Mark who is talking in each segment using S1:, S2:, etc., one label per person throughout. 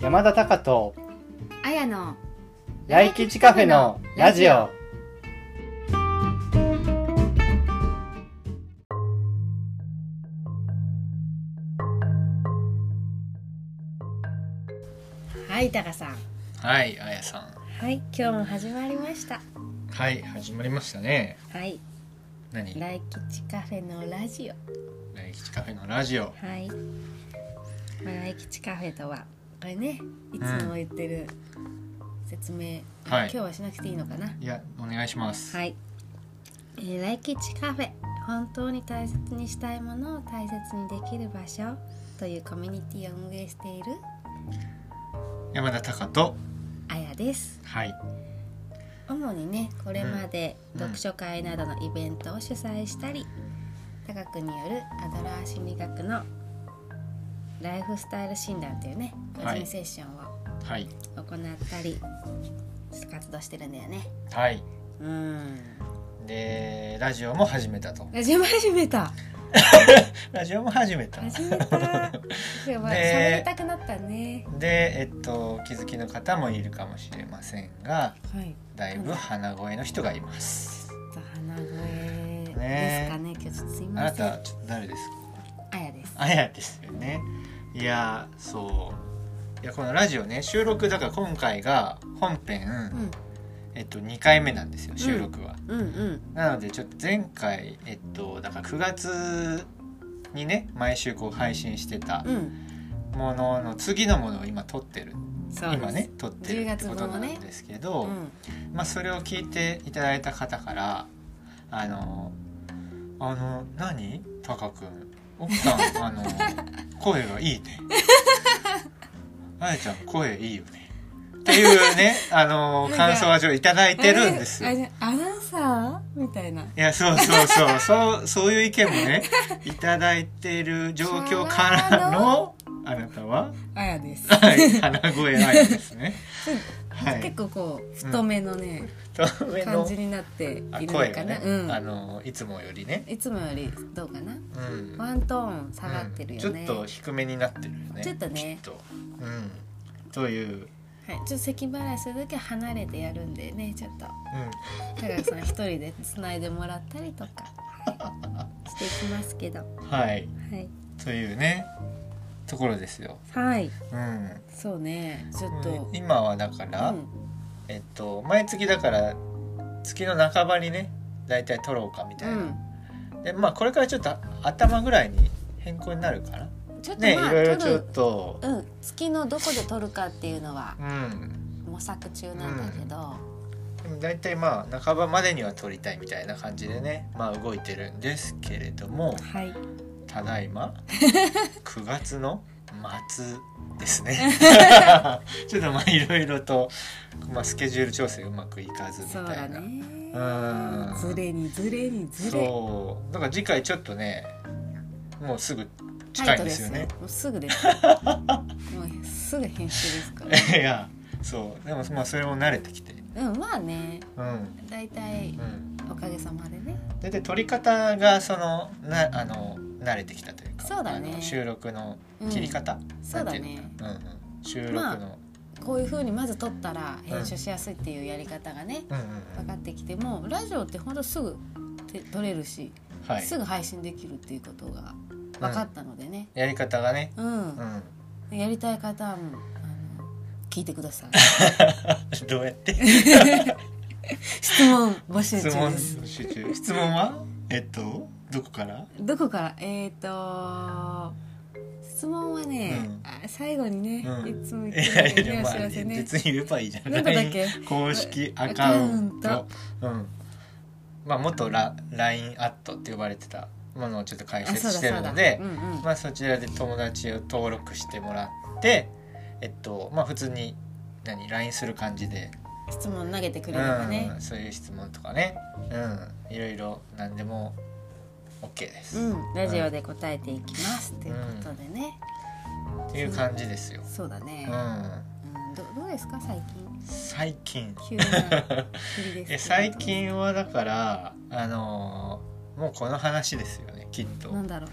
S1: 山田隆と
S2: あやの
S1: 来吉カフェのラジオ
S2: はいタカさん
S3: はい、あやさん。
S2: はい今日も始まりました
S3: はい、始まりましたね。
S2: はい
S3: 何来
S2: 来吉カフェのラジオ
S3: 吉カフェのラジオ。
S2: はい、まあ、来吉カフェとはこれねいつも言ってる説明、
S3: はい
S2: 今日はしなくていいのかない
S3: や、お願いします。
S2: はい、えー、来吉カフェ本当に大切にしたいものを大切にできる場所というコミュニティを運営している
S3: 山田隆と。
S2: あやです
S3: はい。
S2: 主にねこれまで
S3: うん
S2: 読書会などのイベントを主催したり科学によるアドラー心理学のライフスタイル診断というね個
S3: はい
S2: 人セッションを
S3: はい。
S2: 行ったり、活動してるんだよね
S3: はい。
S2: うん
S3: で、ラジオも始めたと。
S2: ラジオ始めた
S3: ラジオも始めた。
S2: 始め たやばい
S3: ね
S2: 喋りたくなったね
S3: で、えっと、お気づきの方もいるかもしれませんが、
S2: はい
S3: だいぶ鼻声の人がいます。
S2: ちょっと鼻声です
S3: ね
S2: かね今日ちょっとすい
S3: あ
S2: ま
S3: な
S2: せん
S3: た、ちょっと誰ですか
S2: あやです
S3: あやですよね。いや、そう。いや、このラジオね、収録、だから今回が本編、
S2: うん
S3: えっと、2回目なんですよ、収録は。
S2: うんうん
S3: なのでちょっと前回えっとだから9月にね毎週こう配信してた
S2: うん
S3: ものの次のものを今撮ってる
S2: そうです
S3: 今ね撮ってるってこと
S2: 10月分を
S3: な
S2: ね
S3: んですけ
S2: う
S3: ど、
S2: ん
S3: まあ、それを聞いていただいた方からあの「あの何タカ君奥さん あの声がいいね」「あやちゃん声いいよね」っていうねあの
S2: なんか
S3: 感想をいただいてるんですよ
S2: あ。れあれアナウンサーみたいない
S3: や、そうそうそう、そう、そういう意見もね、いただいている状況からの、あなたは、
S2: あやです、
S3: はい、鼻声あいです ね。 はい。
S2: 結構こう太めのね、
S3: と上
S2: 感
S3: の
S2: じになっている
S3: あ
S2: の
S3: 声
S2: か
S3: が
S2: な、
S3: ね、あ
S2: う
S3: の、いつもよりね。
S2: んいつもよりどうかな
S3: うん。
S2: ワントーン下がってるよ
S3: う
S2: ね、
S3: んちょっと低めになってるよね。
S2: ちょっとね
S3: きっと。うん。という、
S2: はい、ちょっと咳払いする時は離れてやるんでねちょっと
S3: うん。
S2: 高橋さん一人でつないでもらったりと かはいしていきますけどは
S3: はい。
S2: い
S3: というね、ところですよ。
S2: はい
S3: うん。
S2: そうねちょっと、
S3: うん今はだから、
S2: うん
S3: えっと、毎月だから月の半ばにね大体取ろうかみたいな、でまあこれからちょっと頭ぐらいに変更になるかな
S2: うんちょっと
S3: ねい
S2: まあ、
S3: ろいろち
S2: 撮
S3: ょ
S2: る
S3: っと
S2: うん月のどこで撮るかっていうのは
S3: うん
S2: 模索中なんだけど、
S3: でも大体まあ半ばまでには取りたいみたいな感じでねまあ動いてるんですけれども
S2: はい
S3: ただい ま9月の末ですね ちょっとまあいろいろと、まあ、スケジュール調整うまくいかずみ
S2: そう
S3: た
S2: だ
S3: いな
S2: ね
S3: うん
S2: ずれにずれにずれ
S3: そうだから次回ちょっとねもうすぐ近いんですよね
S2: もうすぐ ですよもうすぐ編集ですか
S3: いやそうでもまあそれも慣れてきて
S2: らうんまあね
S3: うん
S2: だいたい
S3: うん
S2: おかげさまでね
S3: 大体取り方がそのなあの慣れてきたというか
S2: そうだね
S3: あの収録の
S2: うん
S3: 切り方、
S2: そう
S3: な
S2: だ
S3: んてい
S2: ね
S3: うのかなうんうん、収録の、
S2: まこういう風にまず撮ったら編集しやすいっていうやり方がね
S3: うんうんう
S2: 分
S3: ん
S2: かってきてもラジオってほんとすぐて撮れるし、
S3: はい
S2: すぐ配信できるっていうことが分かったのでね
S3: やり方がね
S2: うん
S3: う、ん
S2: やりたい方はもうあの聞いてください
S3: どうやって
S2: 質問募集
S3: 質
S2: 中
S3: 問
S2: です
S3: 集中質問はえっとどこから
S2: どこからえっ、と質問はね、
S3: うん
S2: あ最後にね、
S3: うん
S2: いつも
S3: い
S2: 言って
S3: や
S2: る
S3: い
S2: ね
S3: や
S2: お
S3: まあ
S2: 知らせね
S3: 別に言えばいいじゃ
S2: ど
S3: な
S2: こだっ
S3: い
S2: け
S3: 公式アカウン
S2: アカウン
S3: トうんまあ元ラ LINE アットって呼ばれてたものをちょっと解
S2: あそ
S3: 説
S2: うだ
S3: して
S2: そ
S3: る
S2: うだ
S3: ので
S2: うんうん
S3: まあそちらで友達を登録してもらってえっとまあ普通に何 LINE する感じで、
S2: 質問投げてく
S3: う
S2: れればね
S3: ん、そういう質問とかねうんいろいろ何でも OK です、
S2: うん、ラジオで答えていきますということでね、
S3: っていう感じですよ、
S2: そうだね
S3: う、ん、
S2: うんどどうですか最近
S3: 最近
S2: 急な振りですけ
S3: え
S2: ど
S3: 最近はだからあのーもうこの話ですよねきっと
S2: なんだろう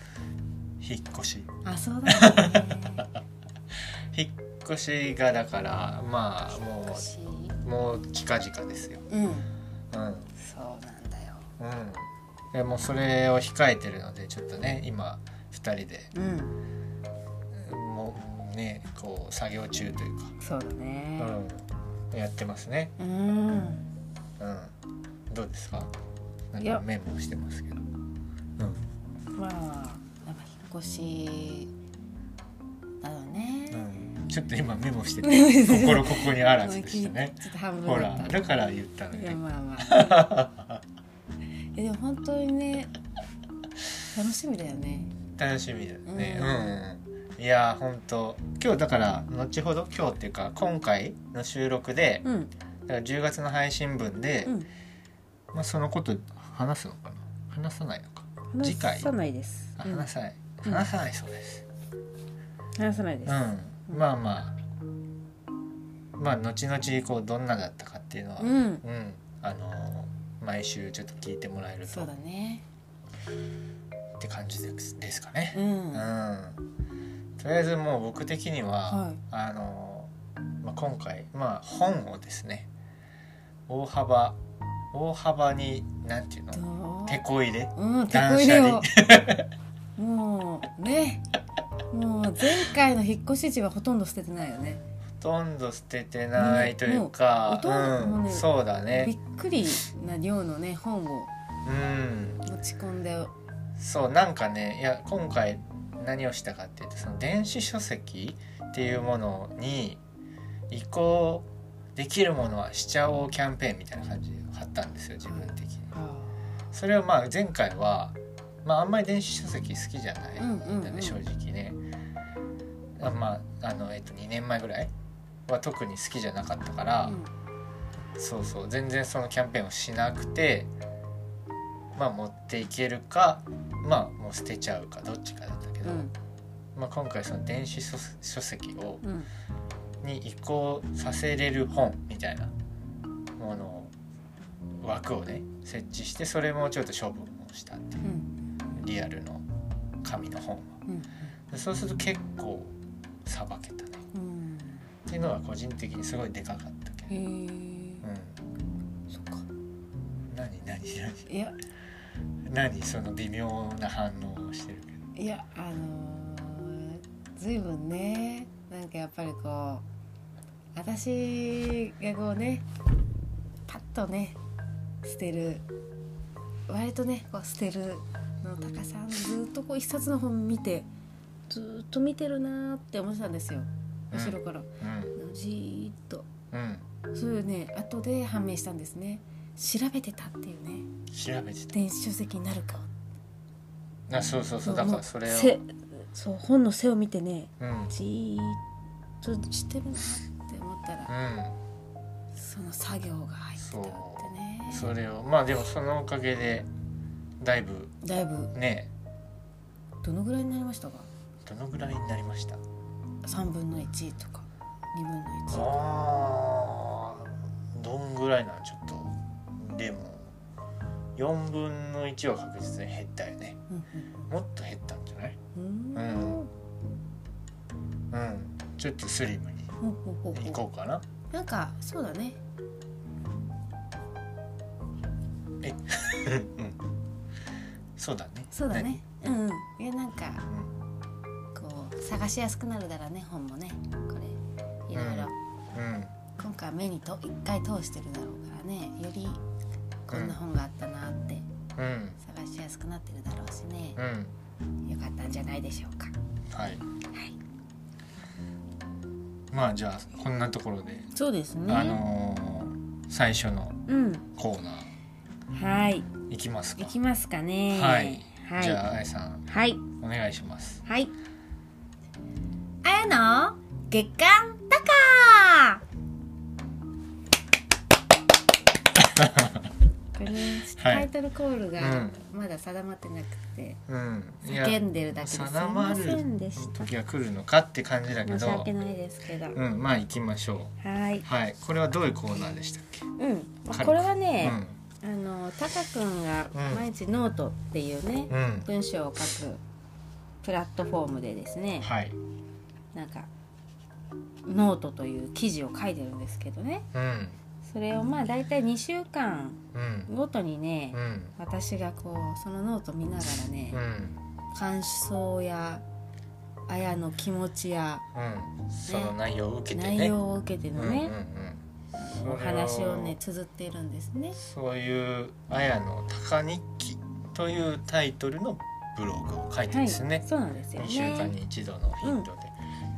S3: 引っ越し
S2: あそうだね
S3: 引っ越しがだからまあも
S2: し
S3: うもう近々ですよ
S2: うん
S3: うんうん
S2: そうなんだよ
S3: でもうそれを控えてるのでちょっとね今2人で
S2: うん
S3: もうねこう作業中というか、
S2: そうだね
S3: うん、やってますね
S2: うん
S3: うんどうですかなん
S2: いや
S3: かメモしてますけどうん
S2: まあやっぱ引っ越しだよね、
S3: うんちょっと今メモして て心ここにあらずでしたね
S2: ちょっと半分
S3: ほ
S2: だ
S3: ら
S2: った
S3: だから言ったの
S2: いや
S3: ね
S2: まあまあ いやでも本当にね楽しみだよね
S3: 楽しみだねうん、いやーほんと今日だから後ほど今日っていうか今回の収録で、
S2: うん
S3: だから10月の配信分で、
S2: うん
S3: まあ、そのこと話すのかな話さないのか次回
S2: 話さないです
S3: あ
S2: うん
S3: 話さない、
S2: うん
S3: 話さないそうです
S2: 話さないで
S3: う
S2: す、
S3: ん、まあまあまあ後々こうどんなだったかっていうのは、
S2: うん、
S3: うんあのー毎週ちょっと聞いてもらえると
S2: そうだ
S3: っ
S2: ね
S3: て感じですですかね
S2: う。ん、
S3: うん
S2: は
S3: とりあえずもう僕的には、
S2: い
S3: あのーまあ、今回、まあ、本をですね大幅大幅になんていうの
S2: どう
S3: 手こ入れ
S2: うん手こ
S3: 断
S2: 入
S3: 捨
S2: れ
S3: 離
S2: を もうねもう前回の引っ越し時はほとんど捨ててないよね
S3: ほとんど捨ててないというか、
S2: ねもうほとんど
S3: うん
S2: もうね
S3: そうだ
S2: び
S3: ね
S2: っくりな量のね本を
S3: うん
S2: 持ち込んで
S3: そうなんかねいや今回何をしたかっていうとその電子書籍っていうものに移行できるものはしちゃおうキャンペーンみたいな感じで貼ったんですよ自分的に。それをまあ前回は、まあ、あんまり電子書籍好きじゃない
S2: うんうんうん
S3: んだね正直ね。あまああのえっと2年前ぐらいは特に好きじゃなかったから、そうそう全然そのキャンペーンをしなくてまあ持っていけるかまあもう捨てちゃうかどっちかだったけ
S2: う
S3: ど、
S2: ん
S3: まあ、今回その電子書書籍を
S2: うんうん
S3: に移行させれる本みたいなものを枠をね設置してそれもちょっと処分をしたっていう
S2: うん
S3: リアルの紙の本は
S2: うん
S3: でそうすると結構さばけたね
S2: うん
S3: っていうのは個人的にすごいでかかったけ
S2: へ
S3: ど、
S2: え
S3: うん、
S2: そっか
S3: 何何何
S2: いや
S3: 何その微妙な反応をしてるけど
S2: いやあのー、ずいぶんねなんかやっぱりこう私がこうねパッとね捨てる割とねこう捨てるのタカさんずっとこう一冊の本見てずっと見てるなーって思ってたんですよ
S3: うん
S2: 後ろから、
S3: うん
S2: じーっと
S3: うん
S2: そういうね後で判明したんですね調べてたっていうね
S3: 調べて
S2: 電子書籍になるかを
S3: たあそうそうそうだからそれ
S2: もう
S3: を
S2: 背そう本の背を見てね
S3: うん
S2: じーっとしてるなって思ったら
S3: う
S2: その作業が入ってたっ
S3: ん
S2: てね
S3: それをまあでもそのおかげでだいぶ
S2: だいぶ
S3: ね
S2: どのぐらいになりましたか
S3: どのぐらいになりました
S2: 3分の1とか2分の
S3: あーどんぐらいなんちょっとでも4分の1は確実に減ったよねもっと減ったんじゃない
S2: 1うんうん
S3: う
S2: うん
S3: んうんちょっとスリムに
S2: ほうほうほうほう
S3: 行こうかな
S2: なんかそうだね
S3: うんそうだね
S2: そうだねうんいやなん
S3: う
S2: か
S3: ん
S2: こう探しやすくなるだろうね本もねこれいろいろ
S3: うん
S2: 今回目にと一回通してるだろうからねよりこんな本があったなって
S3: うん
S2: 探しやすくなってるだろうしね
S3: うん
S2: よかったんじゃないでしょうか
S3: はい
S2: はい
S3: まあじゃあこんなところで、
S2: そうですね
S3: あのー最初の
S2: うん
S3: コーナ
S2: はい
S3: ーいきますか
S2: 行きますかね
S3: はい、
S2: はい
S3: じゃああやさん
S2: はい
S3: お願いします
S2: はいあやの月刊タカこれちょっとタイトルコールがまだ定まってなくて、
S3: うんいや
S2: 叫んでるだけですい
S3: 定ま
S2: ませんで
S3: る
S2: した
S3: 時が来るのかって感じだけ
S2: 申し
S3: ど
S2: 訳ないですけど、
S3: うんまあ行きましょ
S2: はい、
S3: うはいこれはどういうコーナーでしたっけ、
S2: うん、まあ
S3: 軽く
S2: これは
S3: う
S2: ね、
S3: ん
S2: あのタカ君が
S3: うん
S2: 毎日ノートっていうね、
S3: うん
S2: 文章を書くプラットフォームでですね
S3: はい
S2: なんかノートという記事を書いてるんですけどね
S3: うん
S2: それをまあ大体2週間
S3: うん
S2: ごとにね
S3: うん
S2: 私がこうそのノート見ながらね
S3: うん
S2: 感想や綾の気持ちや
S3: うんその内容を受けてね
S2: 内容を受けてのね、
S3: うんうんうん
S2: お話をね綴っているんですね
S3: そういう「あやの鷹日記」というタイトルのブログを書いてるんですね、
S2: そうなんですよ
S3: 2週間
S2: ね
S3: に1度の頻度で、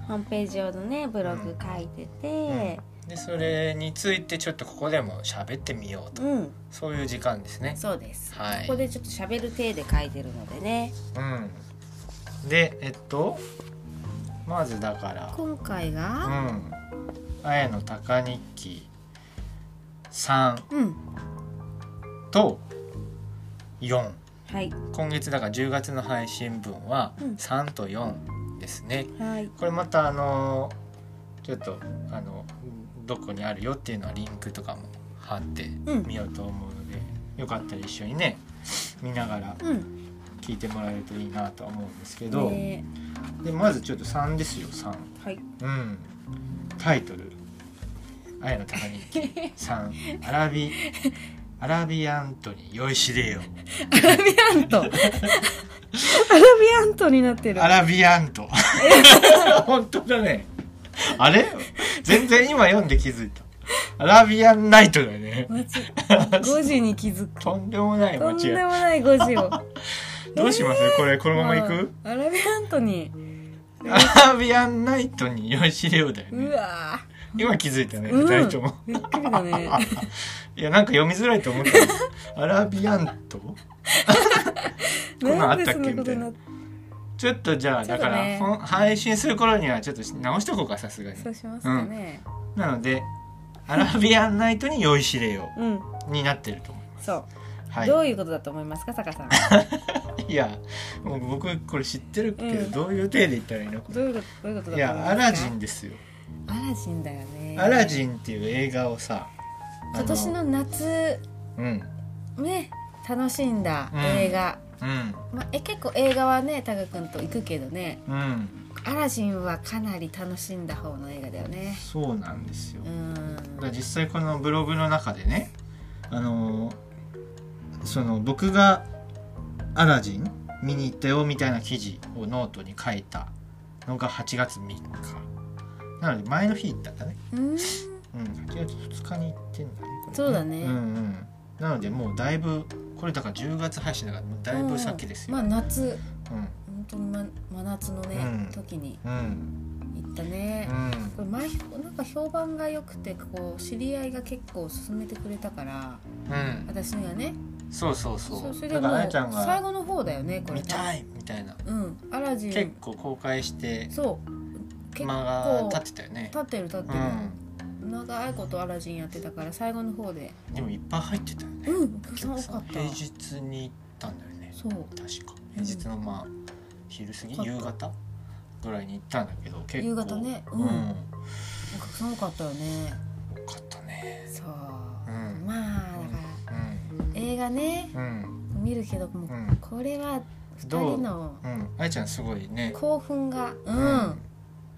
S2: ホームページ用のねブログ書いてて
S3: でそれについてちょっとここでも喋ってみようと
S2: うん、
S3: そういう時間ですね
S2: そうです、
S3: はい
S2: ここでちょっと喋る体で書いてるのでね
S3: うんでえっとまずだから
S2: 今回
S3: 「う
S2: が
S3: んあやの鷹日記3
S2: うん、」
S3: と4
S2: はい
S3: 今月だから10月の配信分は
S2: うん
S3: 3と4ですね、
S2: はい
S3: これまたあのちょっとあのどこにあるよっていうのはリンクとかも貼って
S2: うん
S3: みようと思うので、よかったら一緒にね見ながら
S2: うん
S3: 聞いてもらえるといいなとは思うんですけど、
S2: ね
S3: でまずちょっと3ですよ3、
S2: はい
S3: うん、タイトル「あやのたかに3 アラビアラビアントニー酔いしれよ
S2: アラビ アントアラビアントになってる
S3: アラビアント 本当だねあれ全然今読んで気づいたアラビアンナイトだよね
S2: マジ5時に気づく
S3: とんでもない
S2: とんで
S3: 間違
S2: もない5時を
S3: いどうしますこれこのままいく
S2: あアラビアントに
S3: アラビアンナイトに酔いしれよだよ
S2: う
S3: ね
S2: わ
S3: 今気づいたね
S2: うん
S3: 二人とも
S2: ーびっくりだね
S3: いやなんか読みづらいと思ったんですアラビアントこんなんあったっけ
S2: んでそんなことになっ
S3: ちょっとじゃあ
S2: ちょ
S3: だ
S2: っとね
S3: からほん配信する頃にはちょっと直しとこうかさすがに
S2: そうしますかね
S3: なのでアラビアンナイトに酔いしれよ
S2: うん、
S3: になってると思います
S2: そう、
S3: はい
S2: どういうことだと思いますか坂さん
S3: いやもう僕これ知ってるけど、
S2: うん
S3: どういう体で言ったらいいのこ
S2: どういうことどういうこ
S3: れ
S2: とだと思いますか
S3: いやアラジンですよ、
S2: アラジンだよね
S3: アラジンっていう映画をさあ
S2: 今年の夏
S3: うん
S2: ね楽しんだ
S3: うん
S2: 映画、
S3: うん
S2: まあ、え結構映画はねタカ君と行くけどね
S3: うん
S2: アラジンはかなり楽しんだ方の映画だよね
S3: そうなんですよ
S2: うー
S3: だから
S2: ん
S3: 実際このブログの中でねあのーその僕がアラジン見に行ったよみたいな記事をノートに書いたのが8月3日なので前の日行ったんだね
S2: うーん
S3: うん、8月2日に行ってんだねこれ
S2: そうだね
S3: うんうんなのでもうだいぶこれだから10月配信だからもうだいぶ先ですよ、
S2: まあ
S3: うん
S2: 夏本当に、ま、真夏のね、
S3: うん
S2: 時に
S3: うん
S2: 行ったね
S3: う、ん
S2: これ前なんか評判が良くてこう知り合いが結構勧めてくれたから
S3: うん
S2: 私にはね
S3: そうそうそう
S2: そうそれで
S3: だ
S2: も
S3: か
S2: う
S3: らあやちゃん
S2: 最
S3: が
S2: 後の方だよね
S3: 「
S2: これ
S3: 見たい!」みたいな
S2: うんアラジン
S3: 結構公開して
S2: そう結
S3: 間が
S2: 構
S3: 経ってたよね
S2: 立ってる立って
S3: う
S2: る、
S3: ん
S2: 長いことアラジンやってたから最後の方で
S3: でもいっぱい入ってたよね
S2: うんお客さん
S3: 平
S2: 多かった
S3: 日に行ったんだよね
S2: そう
S3: 確か平日のまあ昼過ぎ
S2: うん
S3: 夕方ぐらいに行ったんだけど結構
S2: 夕方ねう
S3: うんん
S2: お客さん多かったよね
S3: 多かったね
S2: そう、
S3: うん
S2: まあだから映画ね
S3: うん
S2: 見るけどもう
S3: うん
S2: これは2
S3: ど
S2: 人
S3: う
S2: の
S3: うんあやちゃんすごいね
S2: 興奮がうん、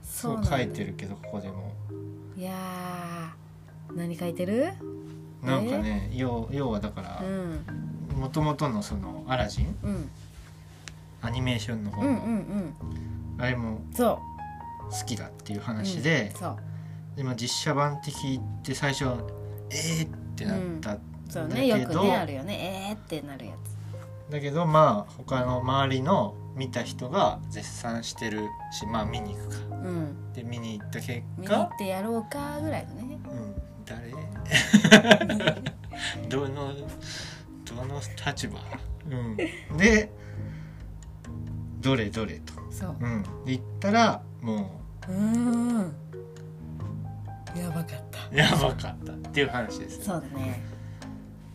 S3: そ
S2: そう
S3: う
S2: なんだ
S3: 書いてるけどここでも
S2: いやー何書いてる
S3: なんかね要要はだか
S2: う
S3: ら
S2: ん
S3: もともとのその「アラジン
S2: うん」
S3: アニメーションの
S2: う
S3: 方
S2: んうん
S3: の
S2: うん
S3: あれも
S2: そ
S3: 好きだっていう
S2: う、うん、
S3: 話で
S2: そう
S3: でまあ実写版って聞いて最初「えー!」ってなった
S2: そう
S3: だ
S2: ねよ
S3: け
S2: く
S3: ど
S2: ねあるよねえーってなるや
S3: だけどまあ他の周りの見た人が絶賛してるしまあ見に行く
S2: つう
S3: か
S2: ん
S3: で見に行った結
S2: 見に行
S3: 果
S2: ってやろうかぐらいの ね
S3: うん誰どのどの立場、うん、 でどれどれと、
S2: そう
S3: うん、で言ったらも
S2: うーんやばかった
S3: うやばかったっていう話です
S2: そうだね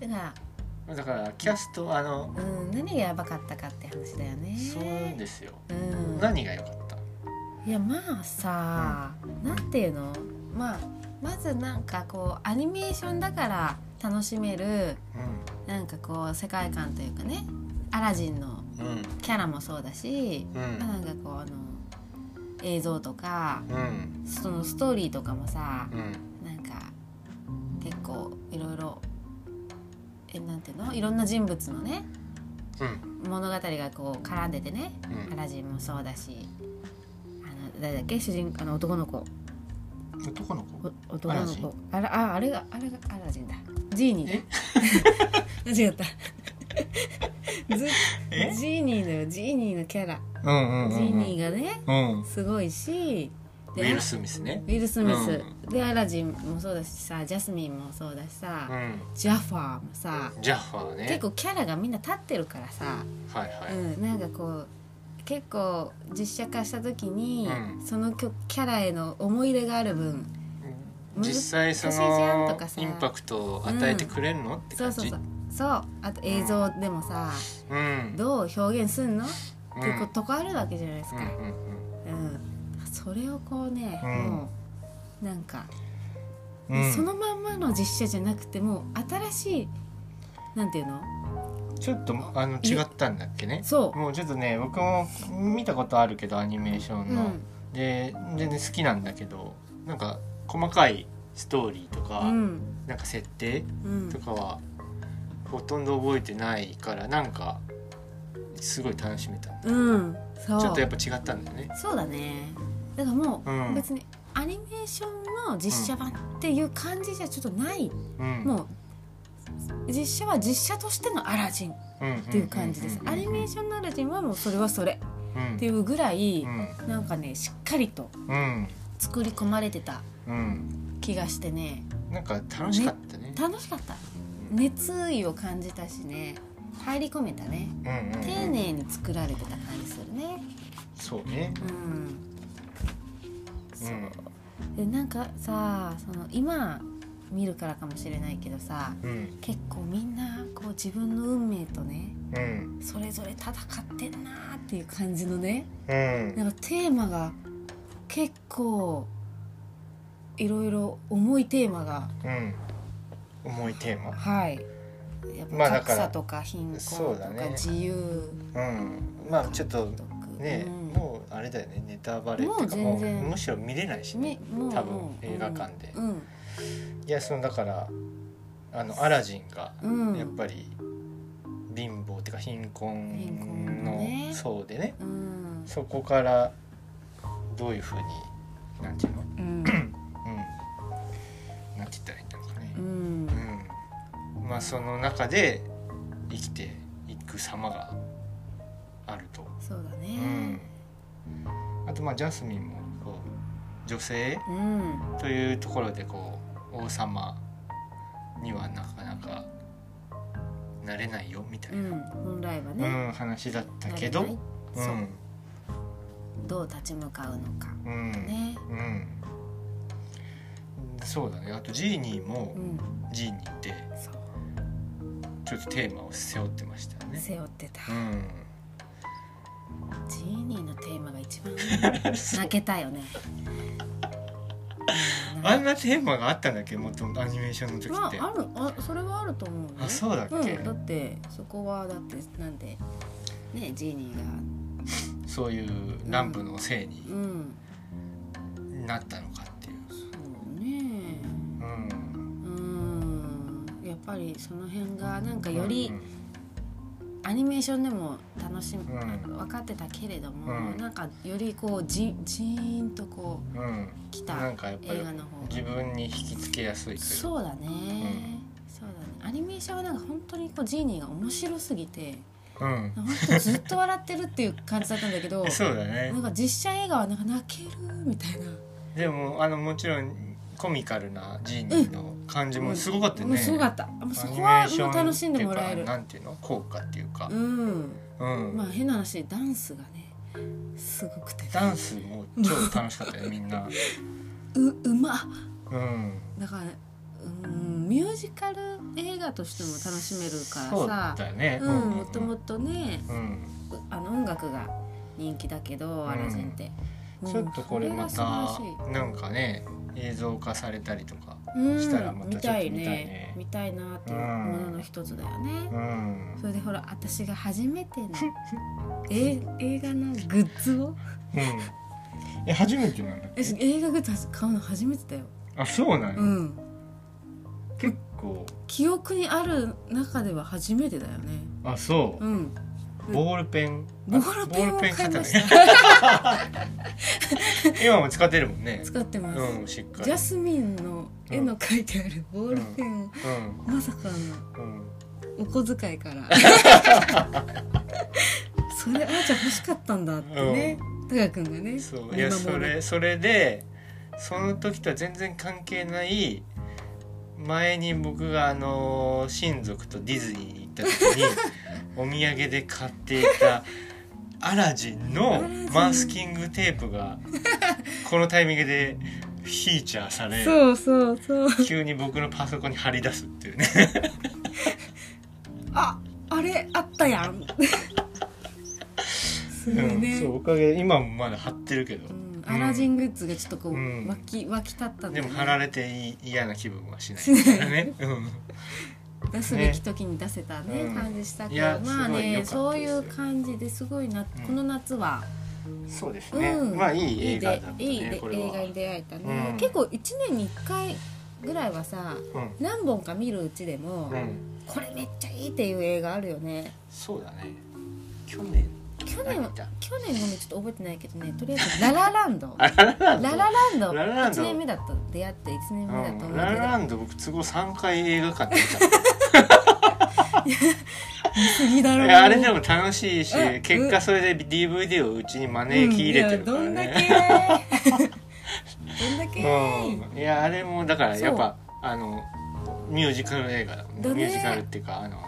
S2: だか
S3: だからキャストあの
S2: ら、うん、何がやばかったかって話だよね
S3: そうですよ
S2: うん
S3: 何が良かった
S2: いやまあさ、なんていうのまあまずなんかこうアニメーションだから楽しめるなんかこう世界観というかねアラジンの
S3: うんうん
S2: キャラもそうだし、
S3: うん
S2: まあなんかこうあの映像とか
S3: うん
S2: そのストーリーとかもさ
S3: うん
S2: なんか結構いろいろえなんていうのいろんな人物のね
S3: うん
S2: 物語がこう絡んでてねアラジンもそうだしあの誰だっけ主人あの男の子
S3: うん男の子
S2: お男の子あらああれがあれがアラジンだジーニーだ 間違 ったず
S3: え
S2: ジーニーだよジーニーのキャラ、
S3: うんうんうん
S2: ジーニーがね
S3: うんウ
S2: すごいしで
S3: ィル・スミスね
S2: ウィル・スミス、
S3: う
S2: でアラジンもそうだしさジャスミンもそうだしさ、
S3: うん
S2: ジャファーもさ
S3: ジャッファーね
S2: 結構キャラがみんな立ってるからさ、
S3: はいはい、
S2: うん、なんかこう結構実写化した時に、
S3: うん
S2: その曲キャラへの思い入れがある分
S3: 実際そ
S2: 難しいじゃん
S3: の
S2: とかさ
S3: インパクトを与えてくれるの、って
S2: そ
S3: 感
S2: う
S3: じ
S2: そうそうそうあと映像でもさ、
S3: うん
S2: どう表現すんの、って
S3: うん
S2: こうとこあるわけじゃないです
S3: う
S2: か、
S3: ん
S2: うんそれをこうね、
S3: うん
S2: もうなんか、
S3: うんうん
S2: そのまんまの実写じゃなくてもう新しいなんていうの
S3: ちょっとあの違ったんだっけね
S2: そう
S3: もうちょっとね僕も見たことあるけどアニメーションの、で全然好きなんだけどなんか細かいストーリーとか、
S2: うん
S3: なんか設定
S2: うん
S3: とかはほとんど覚えてないからなんかすごい楽しめたんだ
S2: うんそう
S3: ちょっとやっぱ違ったんだよね
S2: そうだねだからも
S3: うん
S2: う別にアニメーションの実写版っていう感じじゃちょっとない、
S3: うん
S2: もう実写は実写としてのアラジンっ
S3: うん
S2: ていう感じです、
S3: うんうん
S2: アニメーションのアラジンはもうそれはそれっていうぐらい、なんかねしっかりと
S3: うんうん
S2: 作り込まれてた
S3: うん
S2: 気がしてね
S3: なんか楽しかったね
S2: 楽しかった熱意を感じたしね入り込めたね
S3: うんうんうん
S2: 丁寧に作られてた感じするね
S3: そうね
S2: うんそう
S3: うん
S2: でなんかさその今見るからかもしれないけどさ
S3: うん
S2: 結構みんなこう自分の運命とね
S3: うん
S2: それぞれ戦ってんなーっていう感じのね
S3: うん
S2: なんかテーマが結構いろいろ重いテーマが
S3: うん重いテーマ
S2: はいやっ
S3: まあ
S2: ぱ
S3: だ
S2: 格
S3: から
S2: 差とか貧
S3: そ
S2: 困
S3: う
S2: と
S3: だ
S2: か
S3: ね
S2: 自由
S3: うんまあちょっと
S2: とか
S3: ね、
S2: うん
S3: もうあれだよねネタバレっていうか
S2: も
S3: も
S2: う
S3: う
S2: 全然
S3: むしろ見れないしね
S2: ねもう
S3: 多分
S2: もう
S3: 映画館で
S2: うん
S3: いやそのだからあのアラジンが
S2: うん
S3: やっぱり貧乏っていうか貧
S2: 貧
S3: 困
S2: 困
S3: の
S2: のね
S3: 層でね
S2: うん
S3: そこからどういうふうになんていうの
S2: うん
S3: うんなんて言ったらいいんだろうかね
S2: う、ん
S3: うんまあその中で生きていく様があると、
S2: そうだ
S3: う
S2: ね
S3: ん、あとまあジャスミンもこう女性
S2: うん
S3: というところでこう王様にはなかなかなれないよみたいうな、
S2: ん本来は
S3: う
S2: ね、
S3: ん話だった
S2: なれ
S3: けど、う
S2: ない
S3: ん
S2: そうどう立ち向かうのか
S3: うん
S2: ね
S3: うん、そうだねあとジーニーも、
S2: うん
S3: ジーニーって
S2: そう
S3: ちょっとテーマを背負ってましたよね。
S2: 背負ってた、
S3: う
S2: ジーニーのテーマが 一番
S3: ん、
S2: 泣けたよね
S3: あんなテーマがあったんだっけもともとアニメーションの時
S2: ま
S3: っ
S2: あ
S3: て、
S2: あるあそれはあると思うね
S3: あそうだっけ、
S2: うん、だってそこはだってなんでねジーニーが
S3: そういう乱舞のせいに
S2: うん
S3: なったのかっていう、
S2: そうね
S3: うん、
S2: うんやっぱりその辺がなんかよりアニメーションでも楽しむ
S3: うん、うん
S2: 分かってたけれども、
S3: うん
S2: なんかよりこうじじーんとこ
S3: うん、
S2: う来
S3: な
S2: た
S3: んかやっぱり
S2: 映画の方
S3: 自
S2: が
S3: 分に引きつけやすいという
S2: そうだね、そうだねアニメーションはなんか本当にこうジーニーが面白すぎて
S3: う、ん、
S2: 本当ずっと笑ってるっていう感じだったんだけど
S3: そうだね
S2: なんか実写映画はなんか泣けるみたいな
S3: でもあのもちろんコミカルなジーニーの感じもすごかったよ
S2: もう
S3: ね、
S2: すごかったもうそこはもう楽しんでもらえ
S3: アニメーションっていうかなんてい
S2: る
S3: うの効果っていうか
S2: う、ん
S3: うん
S2: まあ変な話ダンスがねすごくて
S3: ダンスも超楽しかったよみんな
S2: ううまっ
S3: うん
S2: だから、うん、ミュージカル映画としても楽しめる
S3: そう
S2: からさ
S3: だよね
S2: うんもともとね
S3: うん
S2: あの音楽が人気だけど、
S3: ん
S2: アラジンって、
S3: ちょっとこれまた
S2: それが素晴らし
S3: なんかね映像化されたりとか
S2: いうん
S3: したらまたちょっと
S2: 見た
S3: 見たい
S2: い
S3: ね
S2: ね見たいなっていうものの一つだよね、
S3: うん
S2: それでほら 私が初めてのえ映画のグッズを
S3: うんえ初めてなんだっ
S2: え
S3: け
S2: 映画グッズ買うの初めてだよ
S3: あそうなの、
S2: うん
S3: 結構
S2: 記憶にある中では初めてだよね
S3: あそう、
S2: うん
S3: ボールペン
S2: ボールペンを買い
S3: 買った
S2: ま
S3: ね
S2: した
S3: 今も使ってるもんね
S2: 使ってます、
S3: うんしっかり
S2: ジャスミンの絵の描いてあるボールペンを、
S3: うん
S2: まさか
S3: うん
S2: のお小遣いからそれあーちゃん欲しかったんだってねたかくんがね
S3: そういやそれそれでその時とは全然関係ない前に僕があの親族とディズニーに行った時 にお土産で買っていたアラジン
S2: ア
S3: の
S2: ラジン
S3: マスキングテープがこのタイミングでフィーチャーされ
S2: そうそうそう
S3: 急に僕のパソコンに貼り出すっていうね
S2: ああれあったやんすごいね、
S3: うんそうおかげで今もまだ貼ってるけど、
S2: うんアラジングッズがちょっとこう、
S3: うん
S2: 湧き湧き立ったんだ
S3: で
S2: よね
S3: も貼られてい嫌な気分はしないからね、うん
S2: 出すべき時に出せたね
S3: うん
S2: 感じした
S3: い
S2: け
S3: や
S2: どまあ
S3: すごい良かった
S2: ね
S3: ですよ
S2: そういう感じですごいな、
S3: うん
S2: この夏は、
S3: そうですね、
S2: うん、
S3: まあいい映画だったね
S2: いいでいいで
S3: これは
S2: 映画に出会えたね、
S3: うん
S2: 結構1年に1回ぐらいはさ
S3: うん
S2: 何本か見るうちでも、
S3: うん
S2: これめっちゃいいっていう映画あるよね
S3: そうだね去年
S2: 去年は
S3: 何見た
S2: 去年もねちょっと覚えてないけどねとりあえず「ラララン ド」
S3: あラララ
S2: ラ
S3: ンド
S2: ラ
S3: ラ
S2: ランド
S3: ララランド
S2: 1年目だった出会って1年目だと思
S3: う
S2: う
S3: ん、
S2: けど、
S3: ララ ランド僕都合3回映画館で見
S2: 見すぎだ
S3: た
S2: ろ
S3: い やあれでも楽しいし
S2: え
S3: 結果それで DVD をうちに招き入れてるから
S2: うんい
S3: ね、
S2: やどんだ けどんだけ、
S3: うん、いやあれもだからやっぱあのミュージカル映画だもんね
S2: だね
S3: ミュージカルっていうかあの、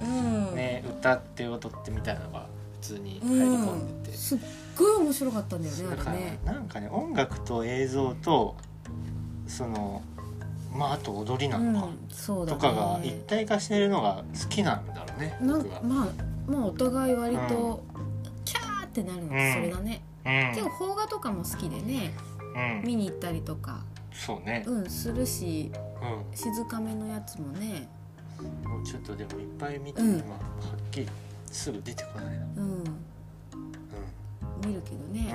S2: うん
S3: うん、ね歌って踊ってみたいなのが普通に入り込んでて、
S2: すっごい面白かったんだよね
S3: だ
S2: あ
S3: から
S2: れ
S3: ね
S2: ね
S3: なんかね音楽と映像とそのまああと踊りなのか、
S2: うんそうだ
S3: と
S2: ね
S3: かが一体化してるのが好きなんだろうね
S2: なん
S3: 僕は。
S2: まあまあお互い割と、キャーってなる
S3: う
S2: のそ
S3: ん
S2: れがね、
S3: うん
S2: 結構邦画とかも好きでね
S3: うん、
S2: 見に行ったりとか
S3: そうね、
S2: うんするし
S3: う
S2: 静かめのやつもね
S3: ん、もうちょっとでもいっぱい見て、
S2: うん
S3: 今はっきりすぐ出てこないな、
S2: うん見るけど
S3: うん
S2: ね、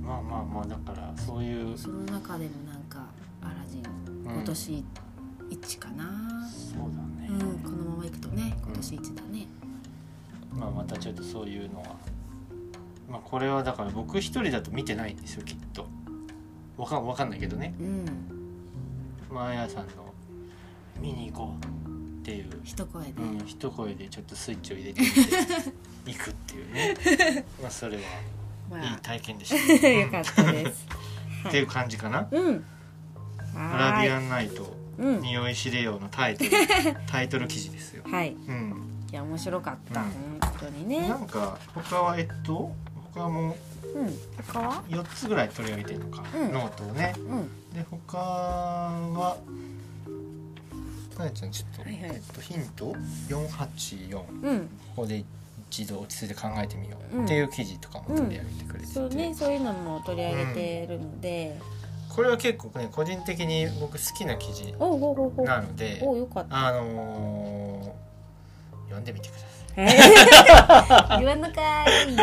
S3: うん、まあまあまあだからそういう、
S2: その中でもなんかアラジン
S3: うん
S2: 今年一かな、
S3: そうだね
S2: う、んこのままいくとね今年一だね、
S3: まあまたちょっとそういうのはまあこれはだから僕一人だと見てないんですよきっとわかんわかんないけどね
S2: うん、
S3: まああやさんの「見に行こう」っていう
S2: 一声で、
S3: うん、一声でちょっとスイッチを入れてみて行くっていうね まあそれは
S2: ま
S3: いい
S2: あ
S3: 体験でした、ね、
S2: よかったです。
S3: っていう感じかな
S2: うん。
S3: 「アラビア
S2: ン。
S3: ンナイト
S2: うん。
S3: 匂い知れよ」のタイ トルタイトル記事ですよ、
S2: はい。
S3: うん、
S2: いや面白かった。
S3: うん
S2: 本当にね
S3: な。んか他はえっと他も
S2: うん。他は？
S3: 4つぐらい取り上げてるのか、
S2: うん
S3: ノートをね
S2: うん。は
S3: で他はなやちゃんちょっと、
S2: いは
S3: え
S2: い。
S3: っと、ヒント484
S2: うん。
S3: ここで一度落ち着いて考えてみよう、
S2: うん
S3: っていう記事とかも取り上げてくれてて、
S2: そうね、そういうのも取り上げてるので、
S3: これは結構ね個人的に僕好きな記事
S2: おうおうおう
S3: なので
S2: おう、おうよか った。
S3: あのー、読んでみてください。
S2: 言わんのか い。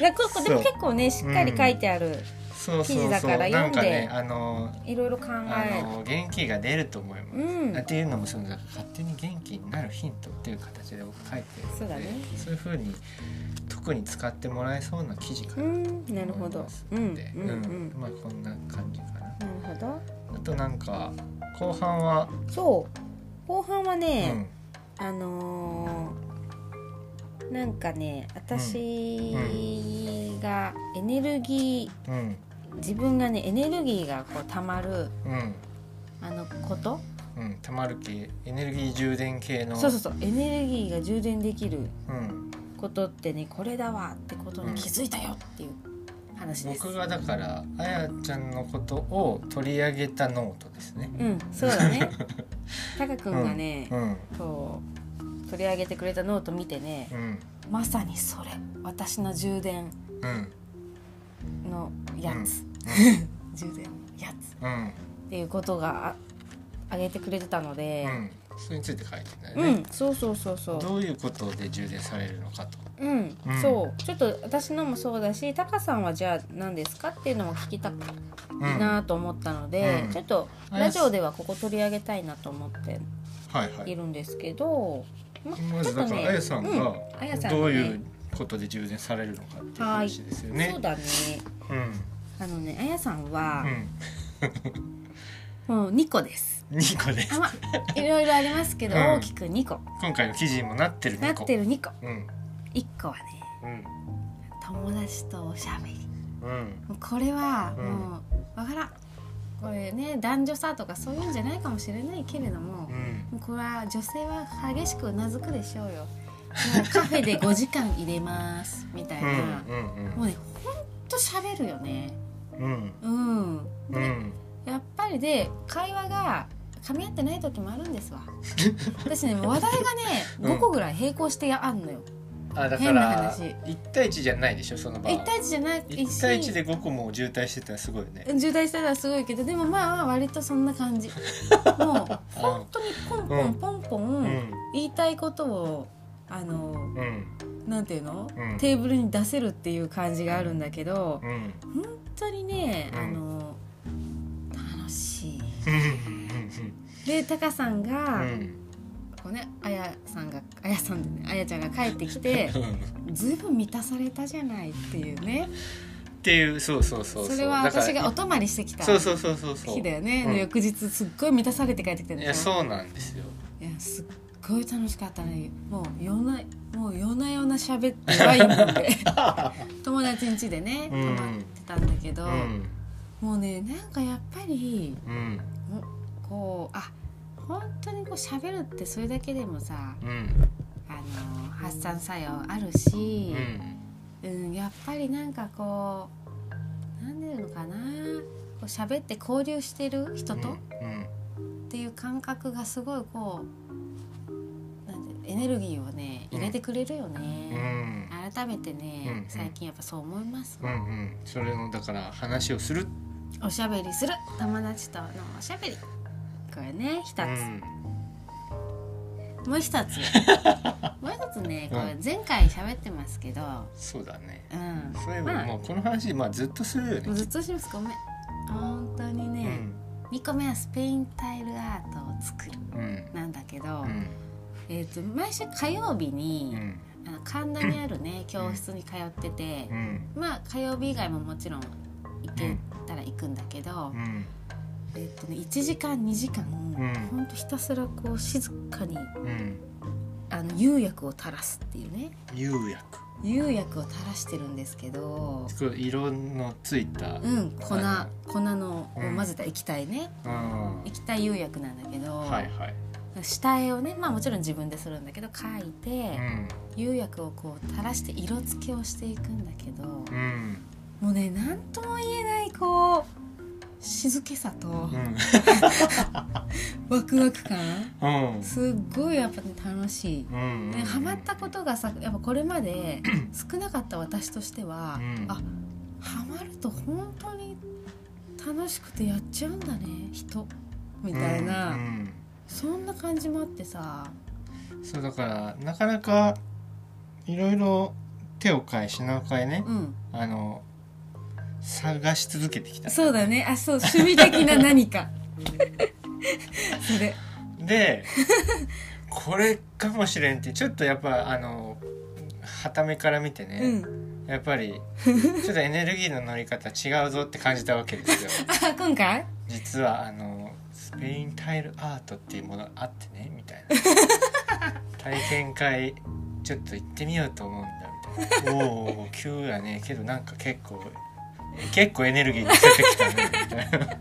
S2: でここでも
S3: そう
S2: 結構ねしっかり書いてある、
S3: そう
S2: 記
S3: そう
S2: 事だ
S3: そう
S2: から読
S3: なん
S2: んで
S3: かねあのー
S2: いろいろ考
S3: あ
S2: え
S3: のー元気が出ると思います。
S2: うん
S3: っていうのもそのなんか勝手に元気になるヒントっていう形で僕書いてるので
S2: そうだね
S3: そういう風に特に使ってもらえそうな記事か
S2: う
S3: なと
S2: んなるほ
S3: 思い
S2: ど
S3: ます
S2: うんうん
S3: の
S2: う
S3: で、
S2: んうん
S3: まあこんな感じかな。
S2: なるほ
S3: あとなんか後半は、
S2: どそう後半は
S3: う
S2: ね、
S3: ん、
S2: あのーなんかね私がエネルギ
S3: うん、
S2: ー自分がねエネルギーがこうたまる
S3: うん、
S2: あのこと
S3: うん、たまる系エネルギー充電系の、
S2: そうそうそうエネルギーが充電できる
S3: うん。
S2: ことってねこれだわってことに気づいたよっていう話です。
S3: 僕がだからあやちゃんのことを取り上げたノートですね。
S2: うん、そう だねタカ君がね、
S3: うん
S2: こう取り上げてくれたノート見てね
S3: うん
S2: まさにそれ私の充電
S3: うん
S2: のやつ、充電のやつ
S3: うん
S2: っていうことがあ挙げてくれてたの
S3: う、
S2: で
S3: んそれについて書いてない
S2: う
S3: ね。
S2: んそうそうそうそう
S3: どういうことで充電されるのかと。
S2: うん、
S3: うん
S2: そうちょっと私のもそうだしタカさんはじゃあ何ですかっていうのも聞きたい
S3: うん
S2: なと思ったので、
S3: うん
S2: ちょっと
S3: うん
S2: ラジオではここ取り上げたいなと思って
S3: はいはい
S2: いるんですけど、
S3: まずだからあやさんが
S2: うんあやさんがね
S3: どういうことで充電されるのかっていう話ですよね
S2: そう。だね
S3: うん
S2: あのねあやさんは
S3: う、ん
S2: もう2個です
S3: 二個です
S2: あ。まあいろいろありますけど、
S3: うん
S2: 大きく2個
S3: 今回の記事にもなってる
S2: な
S3: 二
S2: っ
S3: 個。
S2: てる2個
S3: うん
S2: 1個はね友達とおしゃべり
S3: うんうん
S2: もうこれは
S3: うん
S2: もうわからんこれね男女差とかそういうんじゃないかもしれないけれども
S3: う、ん
S2: もうこれは女性は激しくうなずくでしょうよもうカフェで5時間入れますみたい
S3: うん
S2: な、
S3: うん
S2: もうねほんとしゃべるよね
S3: うん
S2: うん
S3: うんうん
S2: やっぱりで会話が噛み合ってない時もあるんで すわ私ね話題がね
S3: うん
S2: 5個ぐらい並行してあんのよ、
S3: あだか
S2: 変な
S3: ら
S2: 話
S3: 一対一じゃないでしょその場
S2: 一
S3: は。
S2: 対一じゃないし
S3: 一対一で五個も渋滞してたらすごいよね。
S2: 渋滞したらすごいけどでもまあ割とそんな 感じもう本当にポンポンポンポン、
S3: うん
S2: 言いたいことをあの
S3: うん
S2: なんていうの、
S3: うん
S2: テーブルに出せるっていう感じがあるんだけど
S3: うんうん
S2: 本当にね、
S3: うん
S2: あの楽しい。
S3: うん
S2: でタカさん
S3: う
S2: が、
S3: ん
S2: こうねあやさんがあやさんでねあやちゃんが帰ってきてずいぶん満たされたじゃないっていうね
S3: っていうそうそうそうう
S2: それは
S3: だから
S2: 私がお泊まりしてきた
S3: そうそうそうそうそう
S2: 日だよね、
S3: うん
S2: で翌日すっごい満たされて帰ってきたん
S3: い
S2: で
S3: や
S2: しょ
S3: そうなんですよ
S2: いやすっごい楽しかったねもう夜なもう夜な夜な喋ってワイン飲 んで友達ん家でね
S3: う
S2: 泊
S3: ん
S2: まってたんだけど、
S3: うん
S2: もうねなんかやっぱり
S3: うん
S2: こうあ本当にこう喋るってそれだけでもさ
S3: うん
S2: あの発散作用あるし
S3: う、ん
S2: うん、やっぱりなんかこうなんでいうのかなこう喋って交流してる人と、っ
S3: うん
S2: ていう感覚がすごいこうなんてエネルギーをね入れてくれるよ
S3: う
S2: ね、
S3: ん
S2: 改めてね、
S3: うん
S2: 最近やっぱそう思います、
S3: うんうんそれのだから話をする
S2: おしゃべりする友達とのおしゃべりこれね一つ、
S3: うん
S2: もう 一つもう一つねこ
S3: う
S2: れ前回喋ってますけど
S3: そうだね
S2: うん
S3: そういえ
S2: ま
S3: ば
S2: あ
S3: もうこの話まあずっとするよ
S2: も
S3: ね
S2: うずっとしますごめん本当に
S3: う
S2: ね、
S3: ん
S2: 2個目はスペインタイルアートを作る
S3: うん
S2: なんだけど、
S3: うん
S2: えー、と毎週火曜日
S3: う
S2: に、
S3: ん
S2: あの神田にあるね教室に通ってて
S3: う、ん
S2: まあ火曜日以外ももちろん行けたら行くんだけど、
S3: うん
S2: えーとね、1時間2時間、
S3: ん
S2: ほんとひたすらこう静かに
S3: うん
S2: あの釉薬を垂らすっていうね
S3: 釉薬
S2: 釉薬を垂らしてるんですけど。
S3: これ色のついた
S2: うん、粉
S3: は
S2: 粉のを
S3: うん
S2: 混ぜた液体ね、
S3: うん
S2: 液体釉薬なんだけど、
S3: はいはい
S2: 下絵をね、まあ、もちろん自分でするんだけど描いて、
S3: うん
S2: 釉薬をこう垂らして色付けをしていくんだけど、
S3: うん
S2: もうね何とも言えないこう静けさと
S3: うん
S2: ワクワク感
S3: うん
S2: すっごいやっぱね楽しい。
S3: うん
S2: ね、ハマったことがさやっぱこれ まで少なかった私としては、
S3: うん
S2: あハマると本当に楽しくてやっちゃうんだね人みたいな、
S3: うん
S2: そんな感じもあってさ
S3: うんそうだからなかなかいろいろ手を変え品を変えね
S2: うん
S3: あの探し続けてきた
S2: そうだねあそう趣味的な 何かそれ
S3: でこれかもしれんってちょっとやっぱあのはためから見て
S2: う
S3: ね、
S2: ん
S3: やっぱりちょっとエネルギーの乗り方違うぞって感じたわけですよ
S2: あ今回
S3: 実はあのスペインタイルアートっていうものがあってねみたいな体験会ちょっと行ってみようと思うんだみたいなおーおー急やねけどなんか結構結構エネルギーに出てきたねみたい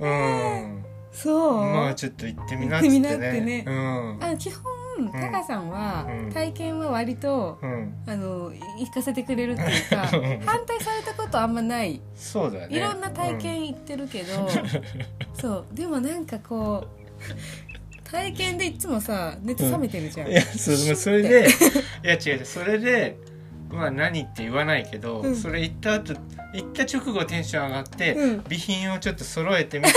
S3: なうん
S2: そう、
S3: まあちょっと行ってみなっつってね
S2: 行ってみなってね
S3: うん
S2: あ基本タカさんは
S3: うん
S2: 体験は割と、
S3: うん
S2: あのい行かせてくれるっていうか
S3: うん
S2: 反対されたことあんまない
S3: そうだね
S2: いろんな体験行ってるけど、 そうでもなんかこう体験でいつもさ熱冷めてるじゃん、
S3: いやそそれでいや違う違うそれでまあ何って言わないけど、
S2: うん
S3: それ言った後言った直後テンション上がって、
S2: うん
S3: 備品をちょっと揃えて みて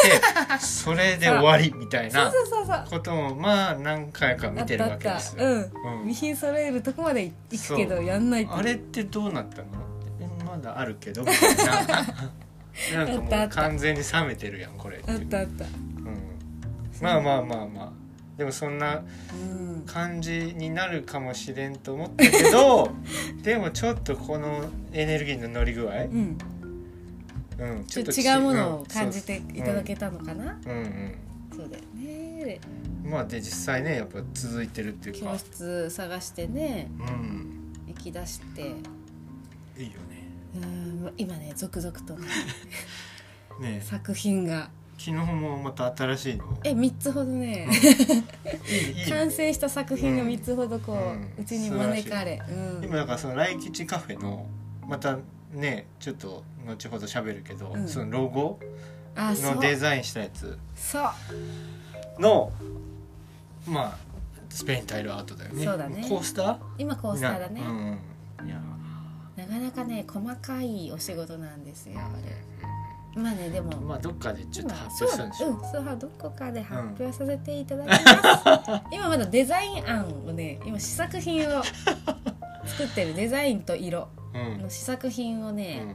S3: それで終わりみたい
S2: そう
S3: な
S2: そうそうそう
S3: こともまあ何回か
S2: あ
S3: 見
S2: って
S3: る
S2: たあ
S3: わ
S2: っ
S3: け
S2: た
S3: ですよ。
S2: うん
S3: うん
S2: 備品揃えるとこまで行くけどやんないって
S3: あれってどうなったのえまだあるけどみたい ななんか
S2: あったあ
S3: も
S2: っ
S3: う
S2: た
S3: 完全に冷めてるやんこれって
S2: あったあっ
S3: うん、
S2: た
S3: まあまあまあまあでもそんな
S2: うん
S3: 感じになるかもしれんと思ったけ どでもちょっとこのエネルギーの乗り具合、
S2: うん
S3: うん、
S2: ちょっと
S3: ち
S2: 違うもの
S3: う
S2: を
S3: ん
S2: 感じていただけたのかな
S3: そうそううん
S2: そうだよね
S3: うんまあで実際ねやっぱ続いてるっていう
S2: 教
S3: か
S2: 室探してね
S3: うん
S2: 行き出して
S3: いいよね
S2: うん今ね続々とね
S3: ねえ
S2: 作品が
S3: 昨日もまた新しいの
S2: え3つほどね
S3: いいいいよ
S2: 完成した作品が
S3: うん
S2: 3つほどこ
S3: うん
S2: ううちに招かれ、うん
S3: 今だからその来吉カフェのまたねちょっと後ほど喋るけど、
S2: うん
S3: そのロゴ
S2: あそう
S3: のデザインしたやつ
S2: そう
S3: のまあスペインタイルアートだよね
S2: そうだね
S3: コースター
S2: 今コースターだね
S3: なうんいや
S2: なかなかね細かいお仕事なんですよあれ
S3: う
S2: まあねでも
S3: んまあどっかでちょっ
S2: 今
S3: と発表したんでしょ
S2: そううんそうどこかで発表させていただきます、今まだデザイン案をね今試作品を作ってるデザインと色
S3: うん
S2: の試作品を
S3: う
S2: ね、
S3: ん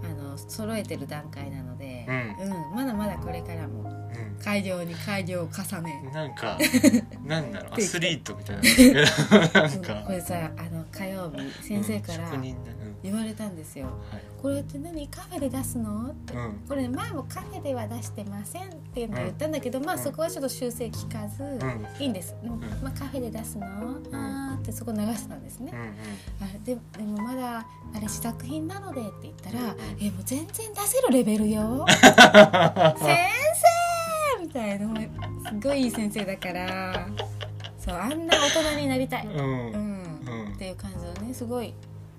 S2: あの揃えてる段階なので、
S3: うん
S2: うんまだまだこれからも
S3: う
S2: 改良に改良を重ね
S3: んなん かなんだろうアスリートみたい ななんか
S2: これさあの火曜日先生から
S3: うん職人だうん
S2: 言われたんですよ
S3: はい
S2: 「これって何カフェで出すの?」って
S3: うん
S2: これ前もカフェでは出してませんっていうのを言ったんだけど、まあ
S3: うん
S2: そこはちょっと修正聞かず、
S3: うん
S2: いいんです、でも
S3: ん
S2: まあ、カフェで出すの、あーってそこ流してたんですね、
S3: うん
S2: あででもまだあれ試作品なのでって言ったら「
S3: ん
S2: えもう全然出せるレベル よ先生!」みたいなもうすごいいい先生だからそうあんな大人になりたい、
S3: う
S2: うんん
S3: うんうん
S2: っていう感じのねすごい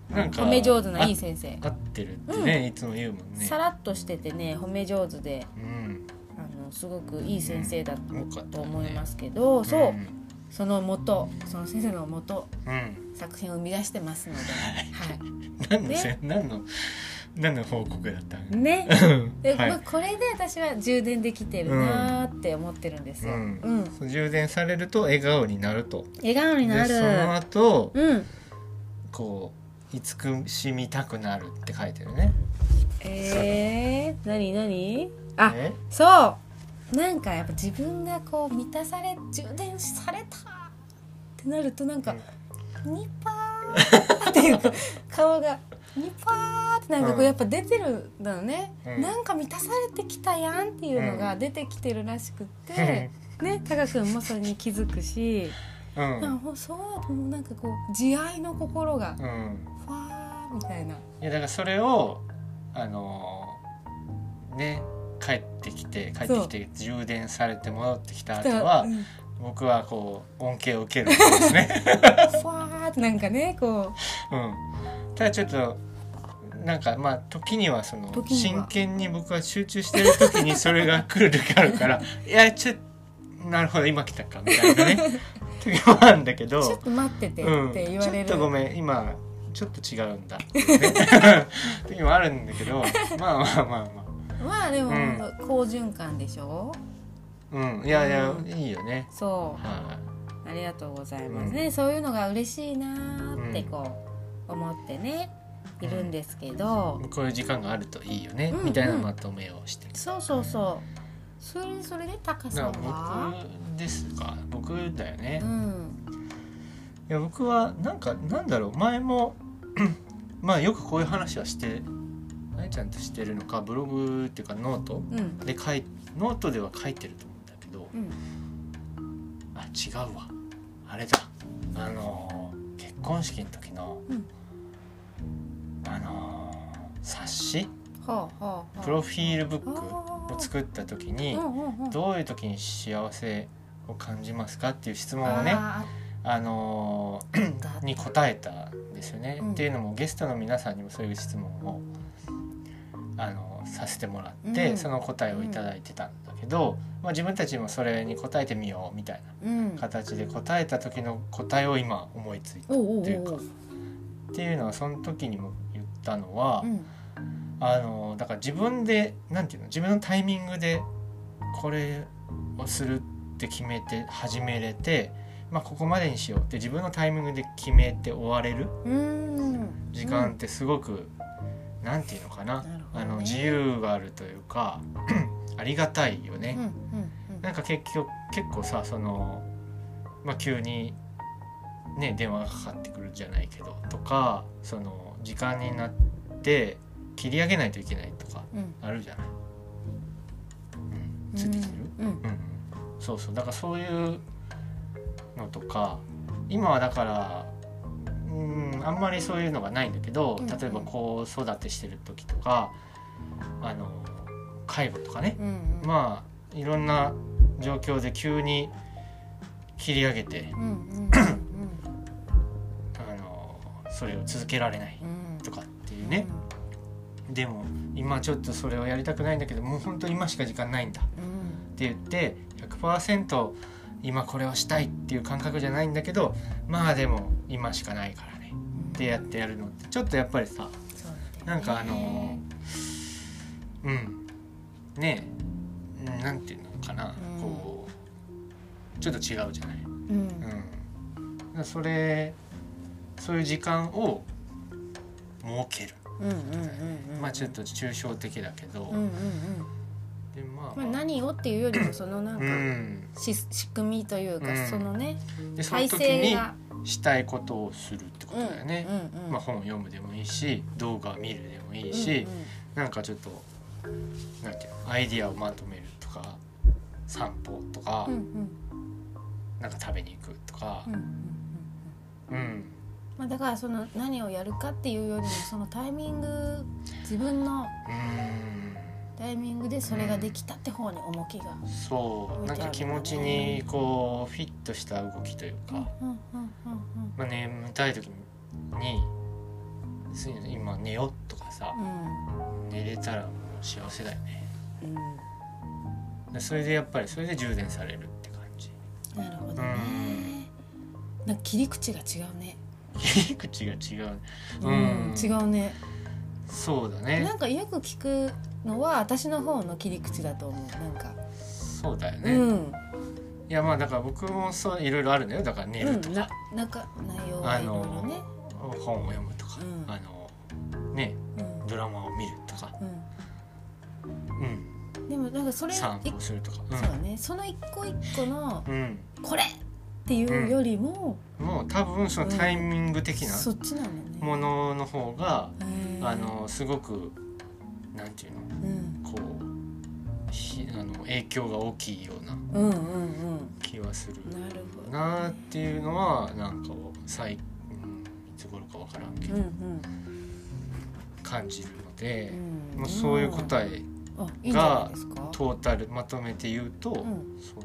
S3: なんか
S2: 褒め上手ないい先生、
S3: 合ってるってね、いつも言うもんね。
S2: さらっとしててね褒め上手で。
S3: うん、
S2: あのすごくいい先生だ
S3: よかったね
S2: と思いますけど、そう、
S3: ん
S2: その元その先生の元
S3: うん、
S2: 作品を生み出してますので、は
S3: 何の
S2: ね
S3: せ、何の何の報告だった
S2: い、
S3: の？
S2: ね で、
S3: はい
S2: まあ、これで私は充電できてるなーって思ってるんですよ。う
S3: うん
S2: ん、
S3: そう充電されると笑顔になると。
S2: 笑顔にな
S3: でその
S2: る。
S3: 後、
S2: うん、
S3: こう慈しみたくなるって書いてるね。
S2: えー、なになに？あ、
S3: ね
S2: そう、なんかやっぱ自分がこう満たされ充電されたってなるとなんか。ニパーっていうか顔がニパーってなんかこ
S3: う
S2: うんやっぱ出てるんだよね、
S3: うん
S2: なんか満たされてきたやんっていうのが出てきてるらしくって、ねタカ君もそれに気づくし、
S3: う
S2: なん
S3: ん、
S2: かもうそうだともうなんかこう慈愛の心が
S3: う
S2: フ
S3: ん。
S2: ァーみたいな、
S3: いやだからそれをあのーね帰ってきて帰ってきて充電されて戻ってきた後は
S2: うん
S3: 僕はこう恩恵を受けるんですね。
S2: ファーってなんかねこ
S3: うん、ただちょっとなんかまあ時にはその
S2: 時には
S3: 真剣に僕は集中してる時にそれが来る時あるから いやちょっとなるほど今来たかみたいな ね時もあるんだけ
S2: うちょ
S3: ど
S2: っ、と待ってて
S3: うん、
S2: っ
S3: ち
S2: て言
S3: ょ
S2: わ
S3: っ
S2: れ
S3: と
S2: る、
S3: ごめん今ちょっと違うんだっていうね時もあるんだけどまあまあまあま
S2: まあでも、
S3: うん
S2: 好循環でしょ
S3: あうんいやいや
S2: うん
S3: いいよね
S2: そう
S3: は
S2: ありがとうございますね、そういうのが嬉しいなーってこう思ってね、
S3: うん
S2: いるんですけど、
S3: いこういう時間があるといいよね、
S2: うん
S3: みたいなまとめをしてる
S2: そうそうそうそれそれでタカ
S3: だ
S2: さん
S3: から
S2: は
S3: 僕ですか僕だよね、
S2: うん
S3: いや僕はなんかなんだろう前も まあよくこういう話はしてあやちゃんとしてるのかブログっていうかノート
S2: うん
S3: で書いノートでは書いてると思うんだけど
S2: うん
S3: あ違うわあれだあのー結婚式の時の、
S2: うん
S3: あのー冊子
S2: ほうほうほう
S3: プロフィールブック
S2: あ
S3: を
S2: ー
S3: 作った時に
S2: うんうんうん
S3: どういう時に幸せを感じますかっていう質問をね
S2: あ
S3: あのー
S2: ーあった
S3: に答えたんですよね、
S2: うん
S3: っていうのもゲストの皆さんにもそういう質問をあのさせてもらって、
S2: うん
S3: その答えをいただいてたんだけど、まあ、自分たちもそれに答えてみようみたいな
S2: うん
S3: 形で答えた時の答えを今思いついた
S2: おうおうおう
S3: っていうかっていうのはその時にも言ったのは、
S2: うん
S3: あのだから自分でなんていうの自分のタイミングでこれをするって決めて始めれて、まあ、ここまでにしようって自分のタイミングで決めて終われる
S2: うん
S3: 時間ってすごく、なんていうのかな
S2: なるほど
S3: あ
S2: ね
S3: の自由があるというか ありがたいよ
S2: う
S3: ね
S2: ん。うん
S3: なんか結局結構さその、まあ、急に、ね、電話がかかってくるじゃないけどとかその時間になって切り上げないといけないとか
S2: うん
S3: あるじゃない。うん、ついてきてる、
S2: うんうん
S3: うんうん、そうそうだからそういうのとか今はだからうんあんまりそういうのがないんだけど
S2: うんうん
S3: 例えば子育てしてる時とかあの介護とかね
S2: うんうん
S3: まあいろんな状況で急に切り上げて
S2: うんうん
S3: あのそれを続けられない
S2: うん
S3: とかっていうね、でも今ちょっとそれをやりたくないんだけどもうほんと今しか時間ないんだっ
S2: うん
S3: て言って100%今これをしたいっていう感覚じゃないんだけどまあでも今しかないからね
S2: うん
S3: ってやってやるのってちょっとやっぱりさ
S2: そう
S3: な
S2: だよね
S3: んかあのうんねえうんなんていうのかな、
S2: うん
S3: こうちょっと違うじゃない。
S2: うん
S3: うん、だからそれそういう時間を設ける、
S2: うんうんうんうん
S3: まあちょっと抽象的だけど、
S2: うんうんうん
S3: でまあ、
S2: まあ何をっていうよりもそのなん
S3: う
S2: か
S3: ん、
S2: し仕組みという
S3: う
S2: か
S3: ん
S2: そのね
S3: でその
S2: 体
S3: 時
S2: 制
S3: に
S2: が
S3: したいことをするってことだよね、
S2: うんうん
S3: まあ、本を読むでもいいし動画を見るでもいいし、なんかちょっとなんていうのアイディアをまとめるとか散歩とか、
S2: うんうん
S3: なんか食べに行くとか
S2: うんうんうんうんうん
S3: うん、
S2: まあ、だからその何をやるかっていうよりもそのタイミング自分
S3: う
S2: の
S3: ん
S2: タイミングでそれができたって方に重きが。
S3: そうなんか気持ちにこうフィットした動きという
S2: うん
S3: か、
S2: うんうんうん
S3: まあ、眠たい時にす今寝ようとかさ寝れたらもう幸せだよね
S2: うん
S3: でそれでやっぱりそれで充電されるって感じ
S2: うんなるほどね。なんか切り口が違うね。
S3: 切り 口が違ううん
S2: 違うね。
S3: そうだね
S2: なんかよく聞くのは私の方の切り口だと思う。なんか、
S3: そうだよ
S2: う
S3: ね、い
S2: ん
S3: やまあだから僕もそういろいろあるのよだから寝
S2: う
S3: る
S2: ん
S3: とか、
S2: ななんか内容はいろいろね。
S3: 本を読むとか、
S2: うん
S3: あのね
S2: うん
S3: ドラマを見るとか、うん、
S2: うんでもなんかそれい
S3: 散歩するとか、
S2: そうだね。その一個一個の
S3: うんうん
S2: これっていうよりも、
S3: もう多分そのタイミング的な
S2: そっちなのね。
S3: ものの方が、
S2: へー
S3: あのすごくなんていう
S2: うん
S3: のこうひあの影響が大きいような
S2: うんうん
S3: 気はする
S2: うんなるほど
S3: なーっていうのはなんか最、うん、いつ頃かわからんけ
S2: う
S3: ど、
S2: んうん
S3: 感じるので、
S2: うん
S3: まあ、そういう答え
S2: あいいんじゃないですか
S3: トータルまとめて言うと、
S2: ん
S3: そ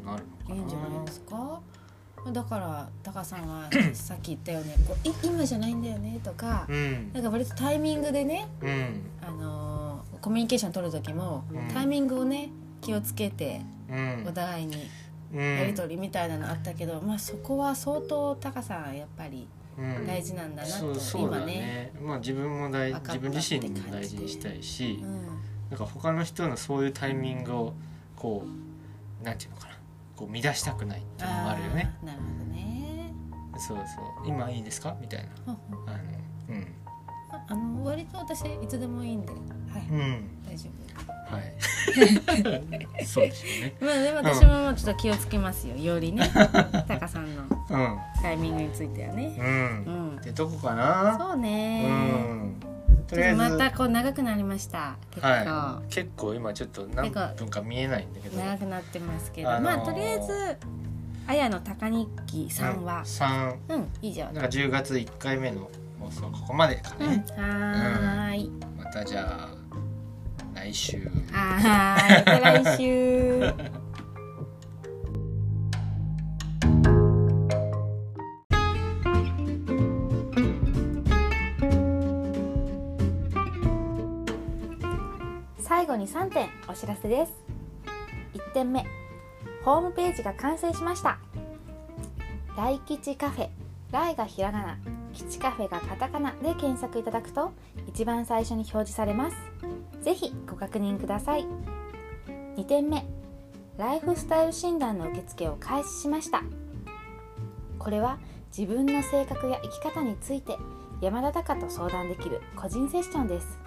S3: うなるのかな。
S2: いいんじゃないですかだからタカさ んがさっき言ったよねこうい今じゃないんだよねとか
S3: うん
S2: なんか割とタイミングでね
S3: うん
S2: あのーコミュニケーション取る時も
S3: うん
S2: タイミングをね気をつけて
S3: うん
S2: お互いに
S3: うん
S2: やり取りみたいなのあったけど、まあそこは相当タカさんやっぱり
S3: うん
S2: 大事なんだなと、
S3: そうそうだ
S2: 今
S3: ね
S2: ね。
S3: まあ自分も大
S2: 分かった
S3: 自分自身も大事にしたいし、
S2: うん
S3: なんか他の人のそういうタイミングをこうなんていうのかなこう乱したくないっていうのもあるよね。
S2: あー。なるほどね。
S3: そうそう今いいですかみたいな
S2: ほうほう
S3: あのうん
S2: ああの割と私いつでもいいんで、はい、
S3: うん
S2: 大丈
S3: はい そうですよね。
S2: 夫。まあでも私もちょっと気をつけますよ。よ りね、タカさんの
S3: うん
S2: タイミングについてはね。
S3: うん、
S2: う
S3: っ
S2: ん。
S3: てとこかな。
S2: そ
S3: う
S2: うね。
S3: んと
S2: ち
S3: りあ
S2: ょ
S3: え
S2: っ
S3: ず
S2: とまたこう長くなりました。結構、
S3: はい結構今ちょっと何
S2: 結構
S3: 分か見えないんだけど。
S2: 長くなってますけど、
S3: あのー
S2: まあとりあえずあやのタカ日記さんは
S3: うん、三
S2: うん、以上
S3: なんか10月1回目の放送ここまでか
S2: うん、は
S3: ね、
S2: ーい、
S3: またじゃあ来週
S2: はーい、また来週。
S4: 最後に3点お知らせです1点目ホームページが完成しました来吉カフェ来がひらがな
S2: キチカフェがカタカナで検索いただくと一番最初に表示されますぜひご確認ください2点目ライフスタイル診断の受付を開始しましたこれは自分の性格や生き方について山田隆と相談できる個人セッションです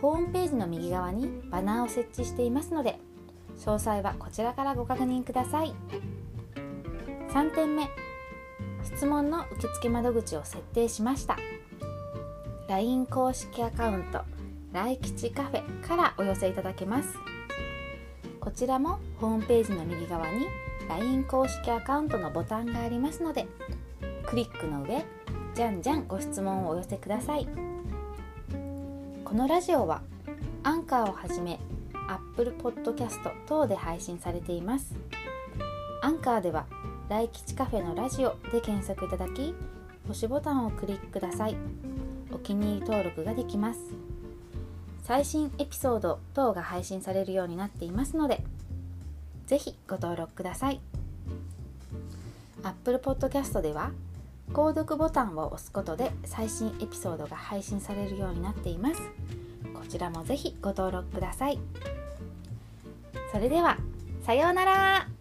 S2: ホームページの右側にバナーを設置していますので詳細はこちらからご確認ください3点目質問の受付窓口を設定しました LINE 公式アカウント「来吉カフェ」からお寄せいただけますこちらもホームページの右側に LINE 公式アカウントのボタンがありますのでクリックの上じゃんじゃんご質問をお寄せくださいこのラジオはアンカーをはじめ Apple Podcast 等で配信されていますアンカーでは「来吉カフェのラジオ」で検索いただき星ボタンをクリックくださいお気に入り登録ができます最新エピソード等が配信されるようになっていますのでぜひご登録ください Apple Podcast では購読ボタンを押すことで最新エピソードが配信されるようになっていますこちらもぜひご登録くださいそれではさようなら